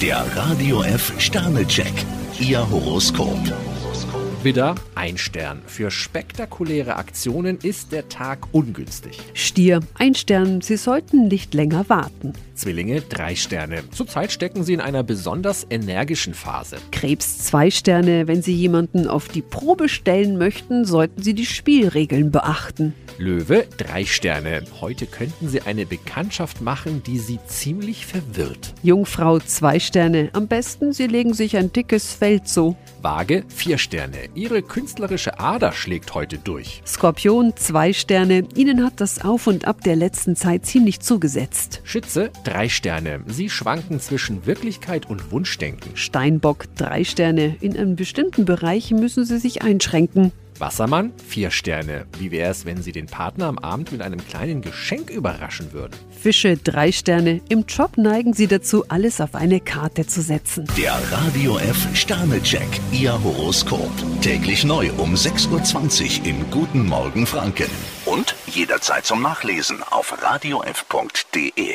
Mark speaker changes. Speaker 1: Der Radio F Sternecheck, Ihr Horoskop.
Speaker 2: Widder, ein Stern. Für spektakuläre Aktionen ist der Tag ungünstig.
Speaker 3: Stier, ein Stern, Sie sollten nicht länger warten.
Speaker 2: Zwillinge, drei Sterne. Zurzeit stecken sie in einer besonders energischen Phase.
Speaker 3: Krebs, zwei Sterne, wenn Sie jemanden auf die Probe stellen möchten, sollten Sie die Spielregeln beachten.
Speaker 2: Löwe, drei Sterne. Heute könnten sie eine Bekanntschaft machen, die sie ziemlich verwirrt.
Speaker 3: Jungfrau, zwei Sterne, am besten Sie legen sich ein dickes Feld so.
Speaker 2: Waage, vier Sterne. Ihre künstlerische Ader schlägt heute durch.
Speaker 3: Skorpion, zwei Sterne, Ihnen hat das Auf und Ab der letzten Zeit ziemlich zugesetzt.
Speaker 2: Schütze, drei Sterne. Sie schwanken zwischen Wirklichkeit und Wunschdenken.
Speaker 3: Steinbock, drei Sterne, in einem bestimmten Bereich müssen Sie sich einschränken.
Speaker 2: Wassermann, vier Sterne. Wie wäre es, wenn Sie den Partner am Abend mit einem kleinen Geschenk überraschen würden?
Speaker 3: Fische, drei Sterne, im Job neigen Sie dazu, alles auf eine Karte zu setzen.
Speaker 1: Der Radio F Sternecheck, Ihr Horoskop. Täglich neu um 6.20 Uhr im Guten Morgen Franken. Und jederzeit zum Nachlesen auf radiof.de.